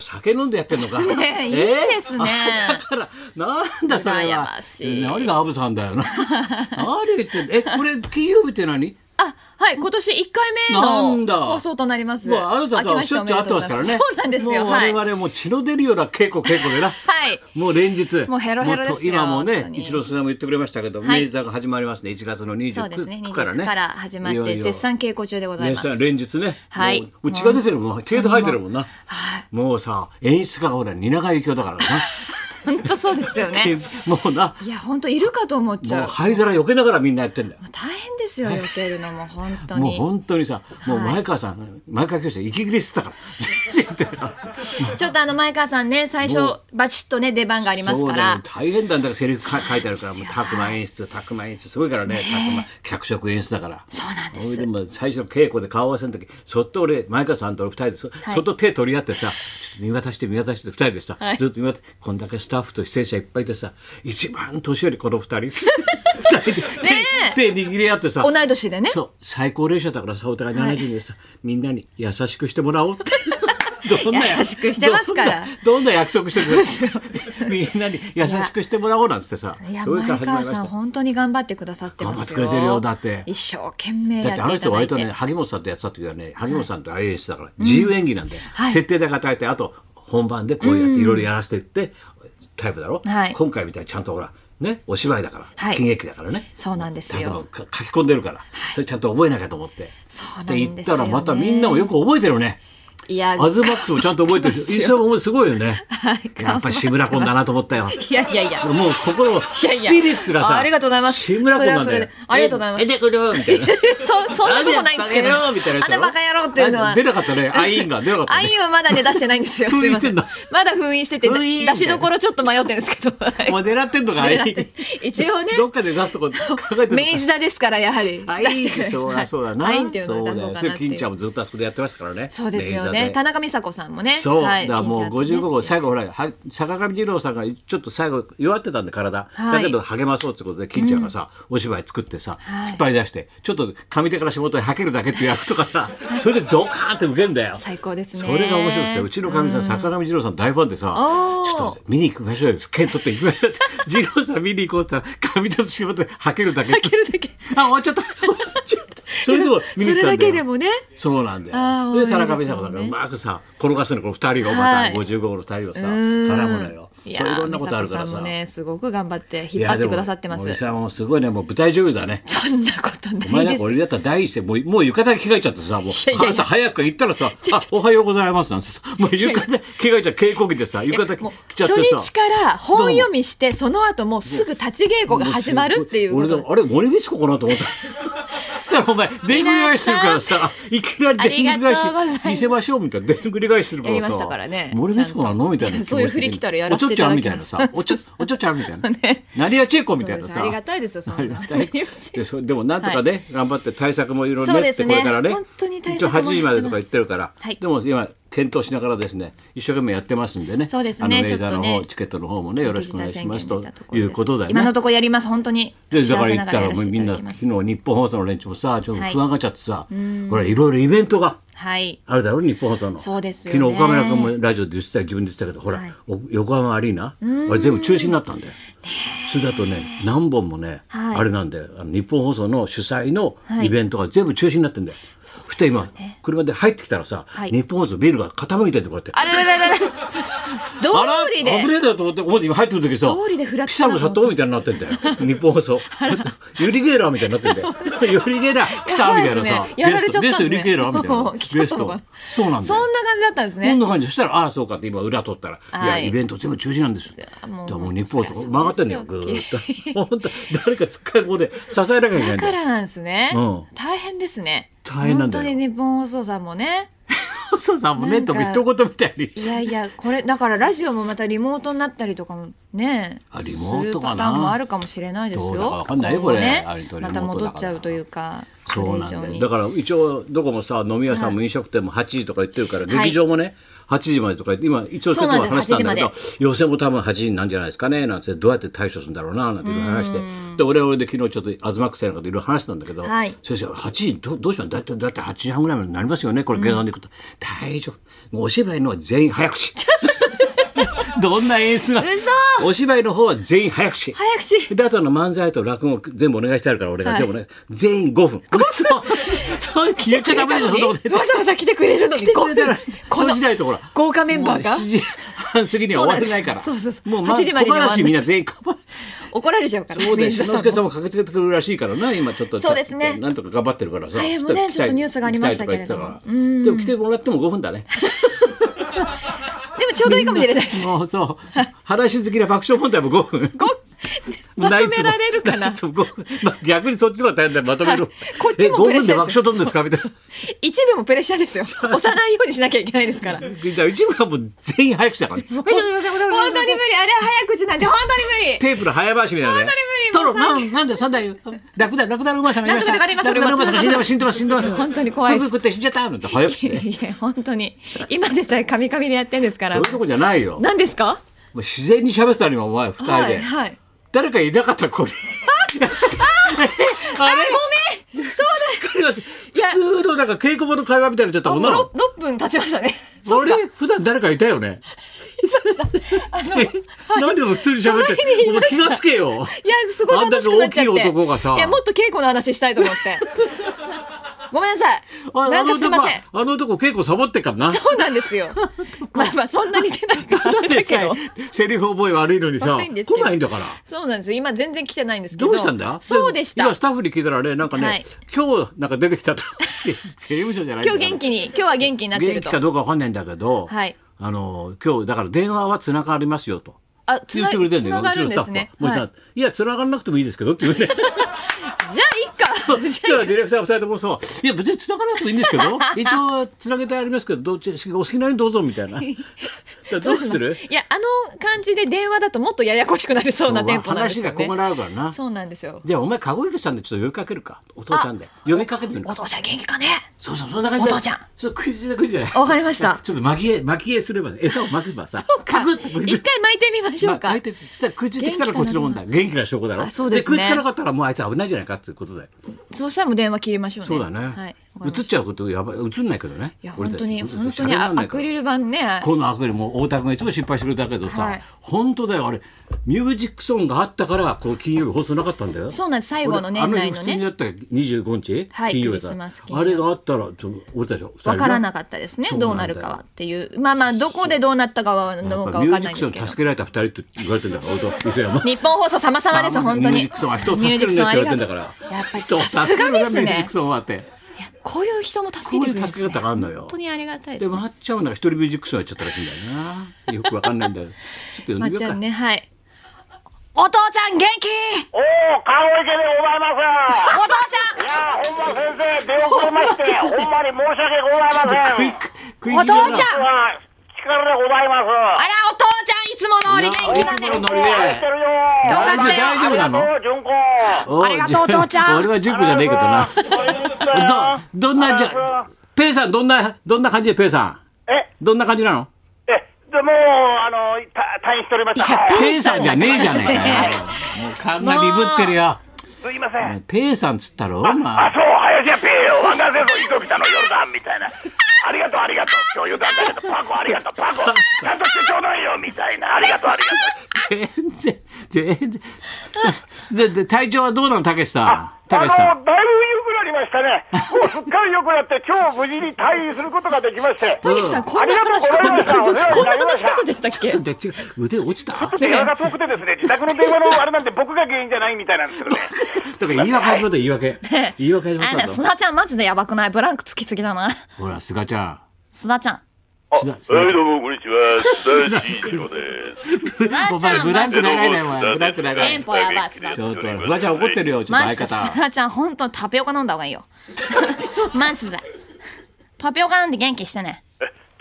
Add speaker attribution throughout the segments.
Speaker 1: 酒飲んでやってんのか。
Speaker 2: ねえいいですね
Speaker 1: えー朝から、なんだそれは。
Speaker 2: 羨ましい
Speaker 1: 何がアブさんだよな。何言ってんのえ、これ金曜日って何
Speaker 2: あ、はい、今年一回目
Speaker 1: なんだ
Speaker 2: の放送となります。
Speaker 1: もうあなたとはしょっちゅう会ってますからね。もう
Speaker 2: 明けしておめでとうございますそうなんです
Speaker 1: 我
Speaker 2: よ。はい。
Speaker 1: 々もう血の出るような稽古稽古でな。
Speaker 2: はい。
Speaker 1: もう連日。
Speaker 2: もうヘロヘロですよ
Speaker 1: もうと今も
Speaker 2: 本
Speaker 1: ね
Speaker 2: 当、に
Speaker 1: 一之瀬さんも言ってくれましたけど、
Speaker 2: はい
Speaker 1: 明治座が始まりますね。1月の
Speaker 2: そうですね。
Speaker 1: 29
Speaker 2: 二
Speaker 1: 日からね。
Speaker 2: 月から始まっ
Speaker 1: いよい
Speaker 2: て
Speaker 1: よ
Speaker 2: 絶賛稽古中でござい
Speaker 1: ね
Speaker 2: ます。
Speaker 1: さ連日ね、
Speaker 2: はい
Speaker 1: もううちが出てるもん、毛で生えてるもんな、
Speaker 2: は
Speaker 1: もうさ、演出家がほら、蜷川幸雄だからな、
Speaker 2: 本当そうですよね。
Speaker 1: もうな、
Speaker 2: いや、本当いるかと思っち
Speaker 1: も
Speaker 2: ゃ
Speaker 1: う
Speaker 2: う。
Speaker 1: 灰皿避けながらみんなやってんだよ。
Speaker 2: 大変ですよ、避けるのも本当
Speaker 1: もう
Speaker 2: に。
Speaker 1: 本当にさ、もう
Speaker 2: はい
Speaker 1: 前川さん、前川教師息切れしてたから、先生って
Speaker 2: ちょっとあの前川さんね、最
Speaker 1: も
Speaker 2: 初バチッとね出番があります
Speaker 1: そ
Speaker 2: か
Speaker 1: う
Speaker 2: ら。
Speaker 1: だよ大変なんだからセリフか書いてあるからもうたくま演出たくま演出すごいからねたくま脚色演出だから
Speaker 2: そうなんです
Speaker 1: それでも最初の稽古で顔合わせの時そっと俺前川さんと俺二人でそ,、
Speaker 2: い
Speaker 1: そっと手取り合ってさちょっと見渡して見渡して二人でさ、
Speaker 2: はい
Speaker 1: ずっと見渡ってこんだけスタッフと出演者いっぱいいてさ一番年寄りこの二人二 人で手手握り合って さ
Speaker 2: 同い年でね。
Speaker 1: そう最高齢者だからさお互い70人でさ、みんなに優しくしてもらおうって どんな
Speaker 2: 優しくしてますか
Speaker 1: どん
Speaker 2: ら
Speaker 1: などんな約束 してるみんなに優しくしてもらおうなんつってさ
Speaker 2: いや
Speaker 1: そういう
Speaker 2: 前
Speaker 1: から始ま
Speaker 2: 川
Speaker 1: りまし
Speaker 2: さん
Speaker 1: た
Speaker 2: 本当に頑張ってくださってますよ。
Speaker 1: 頑張ってくれてるよだって
Speaker 2: 一生懸命
Speaker 1: だっ
Speaker 2: やってて
Speaker 1: あの
Speaker 2: いた
Speaker 1: 人
Speaker 2: だ
Speaker 1: 割
Speaker 2: い
Speaker 1: と
Speaker 2: て。
Speaker 1: ね萩本さんとやってた時はね萩本さんと IAS だから、自由演技なんで、
Speaker 2: はい
Speaker 1: 設定だけ与えてあと本番でこうやっていろいろやらせていって、タイプだろ、
Speaker 2: はい
Speaker 1: 今回みたいにちゃんとほらねお芝居だから、
Speaker 2: はい
Speaker 1: 喜劇だからね
Speaker 2: そうなんです
Speaker 1: 例えば
Speaker 2: よ。
Speaker 1: 書き込んでるから、それちゃんと覚えなきゃと思って。
Speaker 2: そうなん
Speaker 1: で
Speaker 2: ですよ
Speaker 1: 行
Speaker 2: ね
Speaker 1: ったらまたみんなもよく覚えてるね。
Speaker 2: いや、
Speaker 1: アズマックスもちゃんと覚えてるし、一緒もすごいよね。
Speaker 2: はい
Speaker 1: やっぱり志村君だなと思った よ。
Speaker 2: いやいやいや。
Speaker 1: もう心を、ス
Speaker 2: いやいや
Speaker 1: ピリッツがさ、
Speaker 2: あありがとうございます
Speaker 1: 志村君なんだよ
Speaker 2: それはそれでありがとうございます
Speaker 1: 出てくるみたいな。
Speaker 2: そそんなとこないんですけど。
Speaker 1: あんたバカ野郎みたいなやつだ
Speaker 2: あんた
Speaker 1: ろ
Speaker 2: バカ野郎っていうの
Speaker 1: あ
Speaker 2: は。
Speaker 1: 出なかったね。アイーンが出なかった
Speaker 2: ア
Speaker 1: ね
Speaker 2: イ。ンはまだね出してないんですよ。すいませ
Speaker 1: 封印してん
Speaker 2: ん。
Speaker 1: の
Speaker 2: まだ封印してて、だ
Speaker 1: 封印みたいな
Speaker 2: 出しどころちょっと迷ってるんですけど。は い
Speaker 1: もう狙ってんのか、アイーン。
Speaker 2: 一応ね、
Speaker 1: どっかで出すとこ考えてるのか
Speaker 2: 明治座ですからやはり
Speaker 1: アイ
Speaker 2: 出して
Speaker 1: ーン
Speaker 2: くれ
Speaker 1: で
Speaker 2: る
Speaker 1: そう
Speaker 2: は
Speaker 1: だ
Speaker 2: い
Speaker 1: そうだな。
Speaker 2: アインっていうのを
Speaker 1: そう
Speaker 2: 出
Speaker 1: だ
Speaker 2: そう
Speaker 1: よ。それ
Speaker 2: かなって
Speaker 1: 金ち
Speaker 2: い
Speaker 1: ゃん
Speaker 2: う。
Speaker 1: もずっとあそこでやってましたからね。
Speaker 2: そうですよ
Speaker 1: レイザー
Speaker 2: ね。
Speaker 1: で
Speaker 2: 田中美佐子さんもね。
Speaker 1: そう、
Speaker 2: はい
Speaker 1: だからもう
Speaker 2: 金ちゃ
Speaker 1: 55
Speaker 2: んとね
Speaker 1: 号最後ほらは坂上二郎さんがちょっと最後弱ってたんで体、
Speaker 2: はい
Speaker 1: だけど励まそうってことで金ちゃんがさ、お芝居作ってさ、
Speaker 2: はい
Speaker 1: 引っ張り出してちょっと上手から仕事にはけるだけっていう役とかさそれでドカーンって受けんだよ
Speaker 2: 最高ですね。
Speaker 1: それが面白いですようちのかみさん、坂上二郎さん大ファンでさ
Speaker 2: おー
Speaker 1: ちょっと見に行きましょうよ券取って行きましょう って二郎さん見に行こうって言ったら上手と仕事にはけるだけは
Speaker 2: けるだけ
Speaker 1: あ終わっちゃ った終わっちゃった それでも見に行ったんだ
Speaker 2: そ
Speaker 1: よ
Speaker 2: れだけでもね。
Speaker 1: そうなんだ
Speaker 2: あ
Speaker 1: よ。
Speaker 2: ー
Speaker 1: で田中美佐子さんが
Speaker 2: 多いですもん
Speaker 1: う
Speaker 2: ね
Speaker 1: まくさ転がすのこの二人が
Speaker 2: は
Speaker 1: ま
Speaker 2: い
Speaker 1: た55号の二人をさ
Speaker 2: うん
Speaker 1: 絡むのよ。そうい
Speaker 2: やー
Speaker 1: ろんなことあるから
Speaker 2: 美佐子さ
Speaker 1: さ
Speaker 2: んも。ね、すごく頑張って
Speaker 1: い
Speaker 2: 引っ張ってくださってます
Speaker 1: や。でも森さんもすごいねもう舞台女優だね。
Speaker 2: そんなこと
Speaker 1: お前
Speaker 2: ない
Speaker 1: なん
Speaker 2: で
Speaker 1: か
Speaker 2: す。
Speaker 1: 俺だったら第一声もうもう浴衣着替えちゃってさもう
Speaker 2: いやいやいや
Speaker 1: 朝早く行ったらさ「あおはようございます」なんてさもう浴衣着替えちゃう稽古着でさ浴衣
Speaker 2: もう
Speaker 1: 着ちゃっ
Speaker 2: 初
Speaker 1: てさ
Speaker 2: 日。から本読みしてその後もうすぐ立ち稽古が始まるっていうこ
Speaker 1: 俺
Speaker 2: と
Speaker 1: だあれ森光子かなと思 った。そしたらお前でんぐり返しするからさいきなりでんぐり
Speaker 2: ありがとうござ
Speaker 1: 返
Speaker 2: いま
Speaker 1: し
Speaker 2: す
Speaker 1: 見せましょうみたいなでんぐり返しするからさ
Speaker 2: やりましたからね
Speaker 1: 森光子なのみたいな気持ちで
Speaker 2: そういう振り来たらやらせていただきます
Speaker 1: おちょっちゃんみたいなさ おちょおちょっちゃんみたいな
Speaker 2: ね
Speaker 1: 成谷千恵子みたいな
Speaker 2: そうです
Speaker 1: さ
Speaker 2: ありがたいですよそんな
Speaker 1: ありがたいでそでもなんとかね頑張って対策もいろいろ
Speaker 2: そう
Speaker 1: ね
Speaker 2: で
Speaker 1: って
Speaker 2: す
Speaker 1: こ
Speaker 2: ね
Speaker 1: れからね
Speaker 2: 本当に対
Speaker 1: 一応
Speaker 2: 策も
Speaker 1: 8時までとか言ってるから
Speaker 2: はい
Speaker 1: でも今検討しながらですね一生懸命やってますんでね
Speaker 2: そうですね
Speaker 1: あのレ
Speaker 2: ち
Speaker 1: ー
Speaker 2: ょっと
Speaker 1: ザ
Speaker 2: ね
Speaker 1: ーの方チケットの方もねよろしくお願いしますということだよね
Speaker 2: 今のところやります本当に
Speaker 1: で
Speaker 2: 幸せ
Speaker 1: だから言っ
Speaker 2: なが
Speaker 1: た
Speaker 2: や
Speaker 1: ら
Speaker 2: ら
Speaker 1: もう
Speaker 2: せて
Speaker 1: み
Speaker 2: い
Speaker 1: ん
Speaker 2: た
Speaker 1: な
Speaker 2: だきま
Speaker 1: 昨
Speaker 2: す
Speaker 1: 日日本放送の連中もさちょっと
Speaker 2: はい
Speaker 1: 不安がっちゃってさ、ほらいろいろイベントが
Speaker 2: はい
Speaker 1: あるだろ日本放送の
Speaker 2: そうですよ
Speaker 1: 昨
Speaker 2: ね
Speaker 1: 日岡村君もラジオで言ってた自分で言ってたけどほら、
Speaker 2: はい
Speaker 1: お横浜アリーナあれ全部中止になったんだよ。それだとね何本もね、
Speaker 2: はい
Speaker 1: あれなんだよあの日本放送の主催の
Speaker 2: はい
Speaker 1: イベントが全部中止になってんだよ。そして今車で入ってきたらさ、
Speaker 2: はい
Speaker 1: 日本放送ビルが傾いてるとこうやって。
Speaker 2: あららららら
Speaker 1: あ
Speaker 2: 道
Speaker 1: ら
Speaker 2: 理
Speaker 1: 危ね
Speaker 2: で
Speaker 1: えだと思って思って今入ってくる時さ
Speaker 2: 通りでフラッ
Speaker 1: 記
Speaker 2: グ
Speaker 1: 者の里みたいになってんだ よ日本放送ユリゲーラーみたいになってんだよユリゲーラー来たみたいなさ
Speaker 2: やばいですねやられちゃったん
Speaker 1: ゲストゲ
Speaker 2: ですね
Speaker 1: ストユリゲーラーみたいな
Speaker 2: 来ちゃ
Speaker 1: ゲ
Speaker 2: っ
Speaker 1: ス
Speaker 2: た
Speaker 1: ト
Speaker 2: のかな
Speaker 1: そうなんだ
Speaker 2: そ
Speaker 1: よ
Speaker 2: んな感じだったんです
Speaker 1: こん
Speaker 2: ね
Speaker 1: な感じそしたらああそうかって今裏取ったら、い、
Speaker 2: は
Speaker 1: や
Speaker 2: い
Speaker 1: イベント全部中止なんですよ
Speaker 2: あもう
Speaker 1: だからもう日本放送曲がってんだよ
Speaker 2: そ
Speaker 1: ぐ
Speaker 2: りゃそうです
Speaker 1: ー
Speaker 2: よ
Speaker 1: っと本当誰かつっかい棒で支えなきゃいけない
Speaker 2: だ
Speaker 1: んだ
Speaker 2: か
Speaker 1: よ
Speaker 2: らなんですね
Speaker 1: うん
Speaker 2: 大変ですね
Speaker 1: 大変なん
Speaker 2: 本
Speaker 1: だよ
Speaker 2: 当に日本放送さんもね
Speaker 1: 放送さんもね
Speaker 2: なん
Speaker 1: と
Speaker 2: か
Speaker 1: も一言みたいに
Speaker 2: いやいやこれだからラジオもまたリモートになったりとかもね
Speaker 1: あリモートかな
Speaker 2: するパターンもあるかもしれないですよ
Speaker 1: どうだかわかんないよ
Speaker 2: 今後ね
Speaker 1: これあれとリモートだ
Speaker 2: また
Speaker 1: から
Speaker 2: 戻っちゃうというか
Speaker 1: そうなんだ
Speaker 2: これ以上
Speaker 1: よ
Speaker 2: に
Speaker 1: だから一応どこもさ飲み屋さんも飲食店も8時とか言ってるから、
Speaker 2: い
Speaker 1: 劇場もね8時までとか言って今一応そういうところ話してたんだけど
Speaker 2: そうなんで
Speaker 1: 予選も多分8時なんじゃないですかねなんてどうやって対処するんだろうななんていうの話してで俺は俺で昨日ちょっと東学生のこといろいろ話したんだけど、
Speaker 2: はい
Speaker 1: 先生8時どどうしようだってだって8時半ぐらいまでになりますよねこれ計算でいくと、大丈夫もうお芝居のは全員早口どんな演出なの
Speaker 2: 嘘
Speaker 1: お芝居の方は全員早口
Speaker 2: 早口
Speaker 1: であとの漫才と落語全部お願いしてあるから俺が
Speaker 2: はい
Speaker 1: 全部お願い全員5分 そうそう言っちゃダメでしょそんなこと言って
Speaker 2: わざわざ来てくれるのに
Speaker 1: 来てくれたら
Speaker 2: こ
Speaker 1: そ
Speaker 2: の
Speaker 1: うしないとほら
Speaker 2: 豪華メンバーが
Speaker 1: もう7時半過ぎには終わってないから
Speaker 2: そうなんですそうそうそ
Speaker 1: も
Speaker 2: う
Speaker 1: うま
Speaker 2: 8時
Speaker 1: 小
Speaker 2: までには終わんない
Speaker 1: 話みんな全員か ば
Speaker 2: 怒られちゃうから
Speaker 1: そうで
Speaker 2: 水
Speaker 1: 志
Speaker 2: 田
Speaker 1: の
Speaker 2: さん
Speaker 1: 輔さん
Speaker 2: も
Speaker 1: も駆けつけてくるらしいからな今ちょっと
Speaker 2: そうですね
Speaker 1: なんとか頑張ってるからさ
Speaker 2: 早いもね
Speaker 1: 来た
Speaker 2: ちょ
Speaker 1: い
Speaker 2: っとニュースがありましたけれども
Speaker 1: 来たいとか言ってたからでも来てもらっても5分だね
Speaker 2: でもちょうどいいかもしれないです
Speaker 1: もうそう話好きな爆笑問題も5分
Speaker 2: ごまとめられるか
Speaker 1: ナ
Speaker 2: な
Speaker 1: イツもナイツもごまあ逆にそっちは大変だよまとめる、
Speaker 2: はいこっちも
Speaker 1: え5
Speaker 2: プレッ
Speaker 1: 分
Speaker 2: シ
Speaker 1: で
Speaker 2: ャー
Speaker 1: 爆笑取るんですかみたいな
Speaker 2: 一部もプレッシャーですよ押さないようにしなきゃいけないです から本
Speaker 1: だから一部はもう全員早口だからね
Speaker 2: 当に無理あれは早口なんて本当に無理
Speaker 1: テープの早回しみたいなね。
Speaker 2: 本当に無理もう
Speaker 1: トロ、なん、なんだよ、三代、楽だ、楽だの馬さんがいました。
Speaker 2: なんとかな
Speaker 1: 楽
Speaker 2: り
Speaker 1: だの
Speaker 2: ます
Speaker 1: 馬さんが死んでます、死んでます、死んでます。
Speaker 2: 本当に怖いです
Speaker 1: ふぐ食って死んじゃったなんて早口で。そ
Speaker 2: いや本当に今でさえカミカミでやってんですか
Speaker 1: うい
Speaker 2: ら
Speaker 1: うとこじゃないよ。も
Speaker 2: 何ですか
Speaker 1: う自然に喋ってたの今、お前、二人
Speaker 2: はい
Speaker 1: で。
Speaker 2: はい
Speaker 1: 誰かいなかった、これ。あれ
Speaker 2: ごめんそう
Speaker 1: わかります
Speaker 2: いや
Speaker 1: 普通のなんか稽古場の会話みたいになっちゃった
Speaker 2: だ
Speaker 1: もん
Speaker 2: も
Speaker 1: な
Speaker 2: う
Speaker 1: の。
Speaker 2: 6分経ちました ね
Speaker 1: それ、普段誰かいたよね。
Speaker 2: あの
Speaker 1: なんでも普通に喋って
Speaker 2: 隣に。い
Speaker 1: お
Speaker 2: ま
Speaker 1: 前
Speaker 2: した
Speaker 1: 気がつけよ。
Speaker 2: いや、すごい楽しくなっちゃって。
Speaker 1: あんだけ大きい男がさ
Speaker 2: いや、もっと稽古の話したいと思 って。ごめんなさい。
Speaker 1: あ
Speaker 2: なんかすいません。
Speaker 1: あの男、稽古サボってっからな。
Speaker 2: そうなんで すよ。まあまあ、そんなに出ないから。
Speaker 1: だ
Speaker 2: あ
Speaker 1: っ
Speaker 2: れ
Speaker 1: て
Speaker 2: だけ
Speaker 1: さ
Speaker 2: ど。
Speaker 1: セリフ覚え悪いのにさ
Speaker 2: 悪いんですけ
Speaker 1: 来
Speaker 2: ど
Speaker 1: ないんだから
Speaker 2: そうなんですよ。今全然来てないんですけ
Speaker 1: ど
Speaker 2: ど。
Speaker 1: うしたんだ
Speaker 2: そうでした。
Speaker 1: 今スタッフに聞いたらねなんかね、
Speaker 2: はい
Speaker 1: 今日なんか出てき たと刑務所じゃないんだか
Speaker 2: 今日
Speaker 1: ら
Speaker 2: 元気に、今日は元気になってる
Speaker 1: 元
Speaker 2: と
Speaker 1: 気か。どうかわかんないんだけど、
Speaker 2: はい
Speaker 1: あの今日だから電話はつながりますよと
Speaker 2: あ、つ
Speaker 1: 言っ
Speaker 2: な
Speaker 1: てくれてん
Speaker 2: つ
Speaker 1: だよ
Speaker 2: ながるんですね。
Speaker 1: うちの
Speaker 2: はい
Speaker 1: スタッフは、もう一度い、やつながらなくてもいいですけどって言う ね
Speaker 2: じゃあ、いいか。
Speaker 1: そしたらディレクター二人ともさ「いや別につながらなくてもいいんですけど一応つなげてありますけどどっちお好きなようにどうぞ」み たいなだからどうする
Speaker 2: いや、あの感じで電話だともっとややこしくなりそうなテンポなんです
Speaker 1: 話
Speaker 2: よね。
Speaker 1: がこまらうからな
Speaker 2: そうなんですよ。
Speaker 1: じゃあお前かごゆきさんでちょっと呼びかけるかお父ちゃんで呼びかけてみる
Speaker 2: お父ちゃん元気かね
Speaker 1: そうそうそんな感じで
Speaker 2: お父ちゃん
Speaker 1: ちょっと食いついた食いじゃない
Speaker 2: わかりました
Speaker 1: ちょっと巻き絵巻き絵すればね餌を巻けばさ
Speaker 2: そうか。
Speaker 1: パク
Speaker 2: 一
Speaker 1: ッと
Speaker 2: 回巻いてみましょうか
Speaker 1: まあ。相手そしたら食いついてきたらこっちの問題元気な証拠だろ
Speaker 2: あそうですね
Speaker 1: 食いつかなかったらもうあいつ危ないじゃないかっていうことで
Speaker 2: そうしたらもう電話切りましょうね。
Speaker 1: そうだね、
Speaker 2: はい。
Speaker 1: 映っちゃうことやばい映んないけどね
Speaker 2: いや
Speaker 1: 俺
Speaker 2: 本
Speaker 1: たち
Speaker 2: 当に
Speaker 1: 映って
Speaker 2: 本当に
Speaker 1: 喋らない
Speaker 2: あ
Speaker 1: か
Speaker 2: ア
Speaker 1: ら
Speaker 2: クリル板ね。
Speaker 1: このアクリルも太田君がいつも心配してるんだけどさ、
Speaker 2: はい
Speaker 1: 本当だよあれミュージックソンがあったからこの金曜日放送なかったんだよ
Speaker 2: そうなんです最後の年
Speaker 1: あ
Speaker 2: 内
Speaker 1: の日
Speaker 2: の
Speaker 1: 普通に
Speaker 2: ね
Speaker 1: やった25日、
Speaker 2: はい
Speaker 1: 金曜日
Speaker 2: クリス
Speaker 1: だ
Speaker 2: マ
Speaker 1: っ
Speaker 2: ス
Speaker 1: た
Speaker 2: 金曜
Speaker 1: あれがあったらちょっと俺たちは
Speaker 2: わからな
Speaker 1: かっ
Speaker 2: かったですね
Speaker 1: そうなんだよ
Speaker 2: どうなるかはっていうまあまあどこでどうなったかはどうかわ
Speaker 1: ミュ
Speaker 2: か
Speaker 1: ージ
Speaker 2: んな
Speaker 1: ッ
Speaker 2: い
Speaker 1: クソ
Speaker 2: んで
Speaker 1: ンに
Speaker 2: すけど。
Speaker 1: 助けられた二人って言われてんだから俺と磯山
Speaker 2: 日本放送様々です本当
Speaker 1: ミュー
Speaker 2: に。
Speaker 1: ジックソンは人を助けるねって言われてんだから
Speaker 2: ミュージックソンありが
Speaker 1: 人を
Speaker 2: とうやっぱりさ
Speaker 1: 助
Speaker 2: す
Speaker 1: け
Speaker 2: が
Speaker 1: るね
Speaker 2: です
Speaker 1: ミュージッ
Speaker 2: ね
Speaker 1: ク。ソンはって
Speaker 2: こういう人も助
Speaker 1: こ
Speaker 2: けて
Speaker 1: う
Speaker 2: く
Speaker 1: い
Speaker 2: れるん
Speaker 1: う
Speaker 2: で
Speaker 1: 助け
Speaker 2: すね。
Speaker 1: 方があるのよ
Speaker 2: 本当にありがたいで。
Speaker 1: です回っちゃうのが一人ミュージックソンやっちゃったらしいんだよなよくわかんないんだよちょっと呼
Speaker 2: ま
Speaker 1: ん
Speaker 2: っ
Speaker 1: でみ
Speaker 2: ち
Speaker 1: よう
Speaker 2: ゃ
Speaker 1: か
Speaker 2: んねはい。お父ちゃん元気。
Speaker 3: おお、顔いけでございます。
Speaker 2: お父ち
Speaker 3: いやー、ほんま先生、出遅れまして、ほんまに申し訳ございま
Speaker 1: 食
Speaker 3: せ
Speaker 1: い
Speaker 3: ん。
Speaker 1: 食い気味だな
Speaker 2: お父ちゃん
Speaker 3: はい、力でございます。
Speaker 2: ゃんあらお父ちゃんいつも通り元気だ
Speaker 1: いつも
Speaker 2: ね
Speaker 1: の。ノリで
Speaker 3: 愛してるよ。
Speaker 1: 大丈夫大丈夫なの
Speaker 3: ありがと
Speaker 1: おじ
Speaker 2: ありがとう父
Speaker 3: う順子。
Speaker 2: ちゃん
Speaker 1: 俺は純子じゃねえけどな
Speaker 3: な
Speaker 1: どどんなじゃペイさんどんなどんな感じでペイさ
Speaker 3: え、
Speaker 1: んどんな感じなの
Speaker 3: え、でもう、あの、た退院しておりました。はい
Speaker 1: ペイさんじゃねえじゃねえかよもう勘が鈍ってるよ
Speaker 3: すいません。
Speaker 1: ペイさんっつったろお
Speaker 3: あ、
Speaker 1: 前
Speaker 3: そう、林家ペーよ。若手の糸来たの、ヨルダンみたいな。ありがとう、ありがとう。今日ヨルダンだけど、パコ、ありがとう、パコ。ちゃんとしてちょうだいよ、みたいな。ありがとう、ありがとう。
Speaker 1: 全然全然でで体調はどうなのたけしさんた
Speaker 3: あ
Speaker 1: け
Speaker 3: の
Speaker 1: しさん
Speaker 3: だいぶ良くなりまし たね、もうすっかり良くなって、今日無事に退院することができまして、
Speaker 2: たけしさんこんな話
Speaker 3: あ
Speaker 2: こ
Speaker 3: り
Speaker 2: んな
Speaker 3: がとうございました
Speaker 2: 話し方でしたっけ。
Speaker 1: で違う腕落ちただか
Speaker 3: 電話が遠くてですね、自宅の電話のあれなんて、僕が原因じゃないみたいなんですけど ね、
Speaker 1: ら言い訳始まった言い訳
Speaker 2: ね
Speaker 1: 言い訳始ま
Speaker 2: あ
Speaker 1: っ
Speaker 2: ん
Speaker 1: た
Speaker 2: た
Speaker 1: ぞ
Speaker 2: 砂ちゃんマジでやばくないブランクつきすぎだな
Speaker 1: ほらすがちゃ
Speaker 2: 砂ちゃん
Speaker 3: あ
Speaker 1: すな
Speaker 3: はい、どうも、こんにちは、須田慎一郎です。
Speaker 1: んお前ブランク長いねお前ブランク長
Speaker 2: テ
Speaker 1: い
Speaker 2: ンポやばいっすな
Speaker 1: ちょっとフワちゃん怒ってるよちょっと
Speaker 2: マ
Speaker 1: 相
Speaker 2: ジで
Speaker 1: 方
Speaker 2: 砂ちゃん本当にタピオカ飲んだ方がいいよマジでタピオカ飲んで元気してね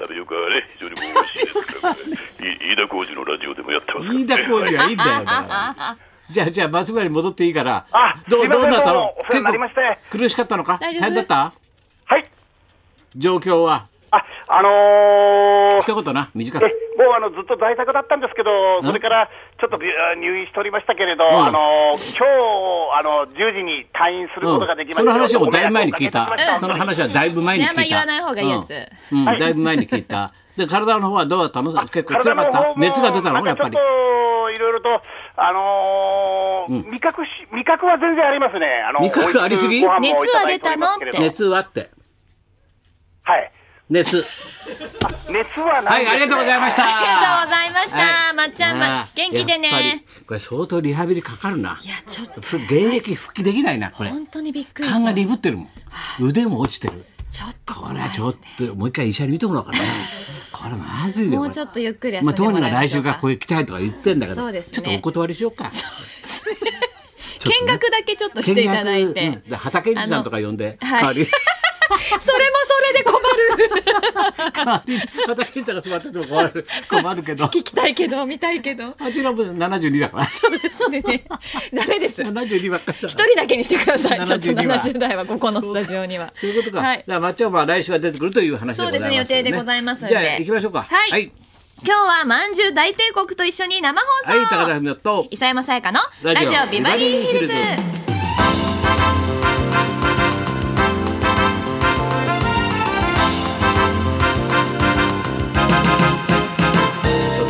Speaker 3: タピオカはね、非常にもう美味しいですから、これい飯田浩二のラジオでもやってますからね
Speaker 1: 飯田浩二はいいんだよだからじゃあじゃあ松村に戻っていいから
Speaker 3: あ
Speaker 1: ど
Speaker 3: す
Speaker 1: う
Speaker 3: いま
Speaker 1: ど
Speaker 3: せ
Speaker 1: うんだった
Speaker 3: どう
Speaker 1: の
Speaker 3: もお世話になりまして
Speaker 1: 苦しかったのか
Speaker 2: 大丈夫
Speaker 1: 大変だった
Speaker 3: はい、
Speaker 1: 状況は
Speaker 3: あ、あのー、
Speaker 1: 一言な、短
Speaker 3: え
Speaker 1: く。
Speaker 3: もうあのずっと在宅だったんですけど、それからちょっとびゅ入院しておりましたけれど、
Speaker 1: ん
Speaker 3: あの今日あの10時に退院することができました
Speaker 1: その話はもうだいぶ前に聞い
Speaker 3: ご迷惑をおかけしてしま
Speaker 1: た。
Speaker 3: した
Speaker 1: その話はだいぶ前に聞いた。
Speaker 2: ねあんま言わない方がいいやつ
Speaker 1: うん。うんだいぶ前に聞いた。で、体の方はどうだったの結構辛かっ
Speaker 3: 体の
Speaker 1: た
Speaker 3: 方も
Speaker 1: 熱が出たのやっぱり
Speaker 3: なんかち。ょっといろいろと、あのー味覚し、味覚は全然ありますね。あの
Speaker 1: 味覚ありすぎ
Speaker 3: 美味しいご飯もいただいおりますけれど
Speaker 2: 熱は
Speaker 1: 熱は
Speaker 2: 出たのって
Speaker 1: って。
Speaker 3: はい。
Speaker 1: 熱。
Speaker 3: 熱はな
Speaker 1: はいい、ありがとうございました。
Speaker 2: ありがとうございました
Speaker 1: はい
Speaker 2: まっちゃんま
Speaker 1: あー
Speaker 2: 元気でね
Speaker 1: やっぱりこれ相当リハビリかかるな。
Speaker 2: いやちょっと
Speaker 1: ふ現役復帰できないな、これ。
Speaker 2: 本当にびっくりし
Speaker 1: 勘
Speaker 2: ま
Speaker 1: が鈍
Speaker 2: し
Speaker 1: ってるもん。腕も落ちてる。
Speaker 2: たちょっと
Speaker 1: これはちょっと、もう一回医者に見てもらおうかな。これまずいよ。
Speaker 2: も
Speaker 1: こ
Speaker 2: う
Speaker 1: れ
Speaker 2: ちょっとゆっくり休ん
Speaker 1: まあ、
Speaker 2: で
Speaker 1: 当
Speaker 2: も
Speaker 1: 人
Speaker 2: ら
Speaker 1: が
Speaker 2: いま
Speaker 1: 来
Speaker 2: しょ
Speaker 1: 週
Speaker 2: う
Speaker 1: から
Speaker 2: か
Speaker 1: これ行きたいとか言ってんだけど、
Speaker 2: そうですね
Speaker 1: ちょっとお断りしようか。
Speaker 2: 見学だけちょっと していただいて、
Speaker 1: 見学うんで畑西さんとか呼んで、
Speaker 2: あのはい
Speaker 1: 代わりに
Speaker 2: それもそれで困る
Speaker 1: 代わりに 畑西さんが座ってても困る困るけ ど、
Speaker 2: 聞きたいけど見たいけど
Speaker 1: あちらも72だから、
Speaker 2: そうですねダメです
Speaker 1: 72ばっかりだ
Speaker 2: 一。人だけにしてください。ちょっと
Speaker 1: 72は
Speaker 2: 70代はここのスタジオには。
Speaker 1: そういうことか。
Speaker 2: は
Speaker 1: だから、まっちゃんは来週は出てくるという話でございますよ、
Speaker 2: そうですね予定でございますので
Speaker 1: じゃあ、行きましょうか。
Speaker 2: はい
Speaker 1: はい、
Speaker 2: 今日はまんじゅう大帝国と一緒に生放送。
Speaker 1: はい高田文夫と。
Speaker 2: 磯山さやかの
Speaker 1: ラ
Speaker 2: ラ
Speaker 1: ジ
Speaker 2: ジ
Speaker 1: オ
Speaker 2: オビバリーヒル
Speaker 1: ビバリーヒルズ
Speaker 2: ズ。
Speaker 1: ち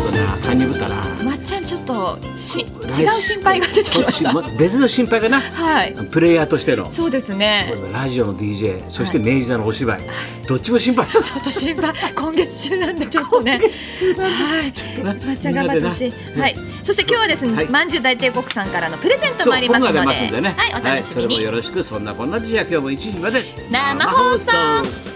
Speaker 1: ょっとな、勘にぶったな。
Speaker 2: まっちゃんちょっとし違う心配が出てきました。
Speaker 1: こっちも別の心配かな。
Speaker 2: はい。
Speaker 1: プレイヤーとしての。
Speaker 2: そうですね。
Speaker 1: ラジオの DJ そして明治座のお芝居、どっちも心配
Speaker 2: ちょっと心配今月中なんでちょっとね。はい。まっちゃん頑張ってほしい。はい。そして今日はです
Speaker 1: は
Speaker 2: ね、
Speaker 1: い
Speaker 2: まんじゅう大帝国さんからのプレゼントもあります
Speaker 1: 僕が
Speaker 2: ので、
Speaker 1: 出
Speaker 2: は
Speaker 1: ますんでね
Speaker 2: い、お楽しみ
Speaker 1: それも
Speaker 2: に
Speaker 1: よ。ろしくそんなこんな時は今日も1時まで
Speaker 2: 生放送
Speaker 1: 生放送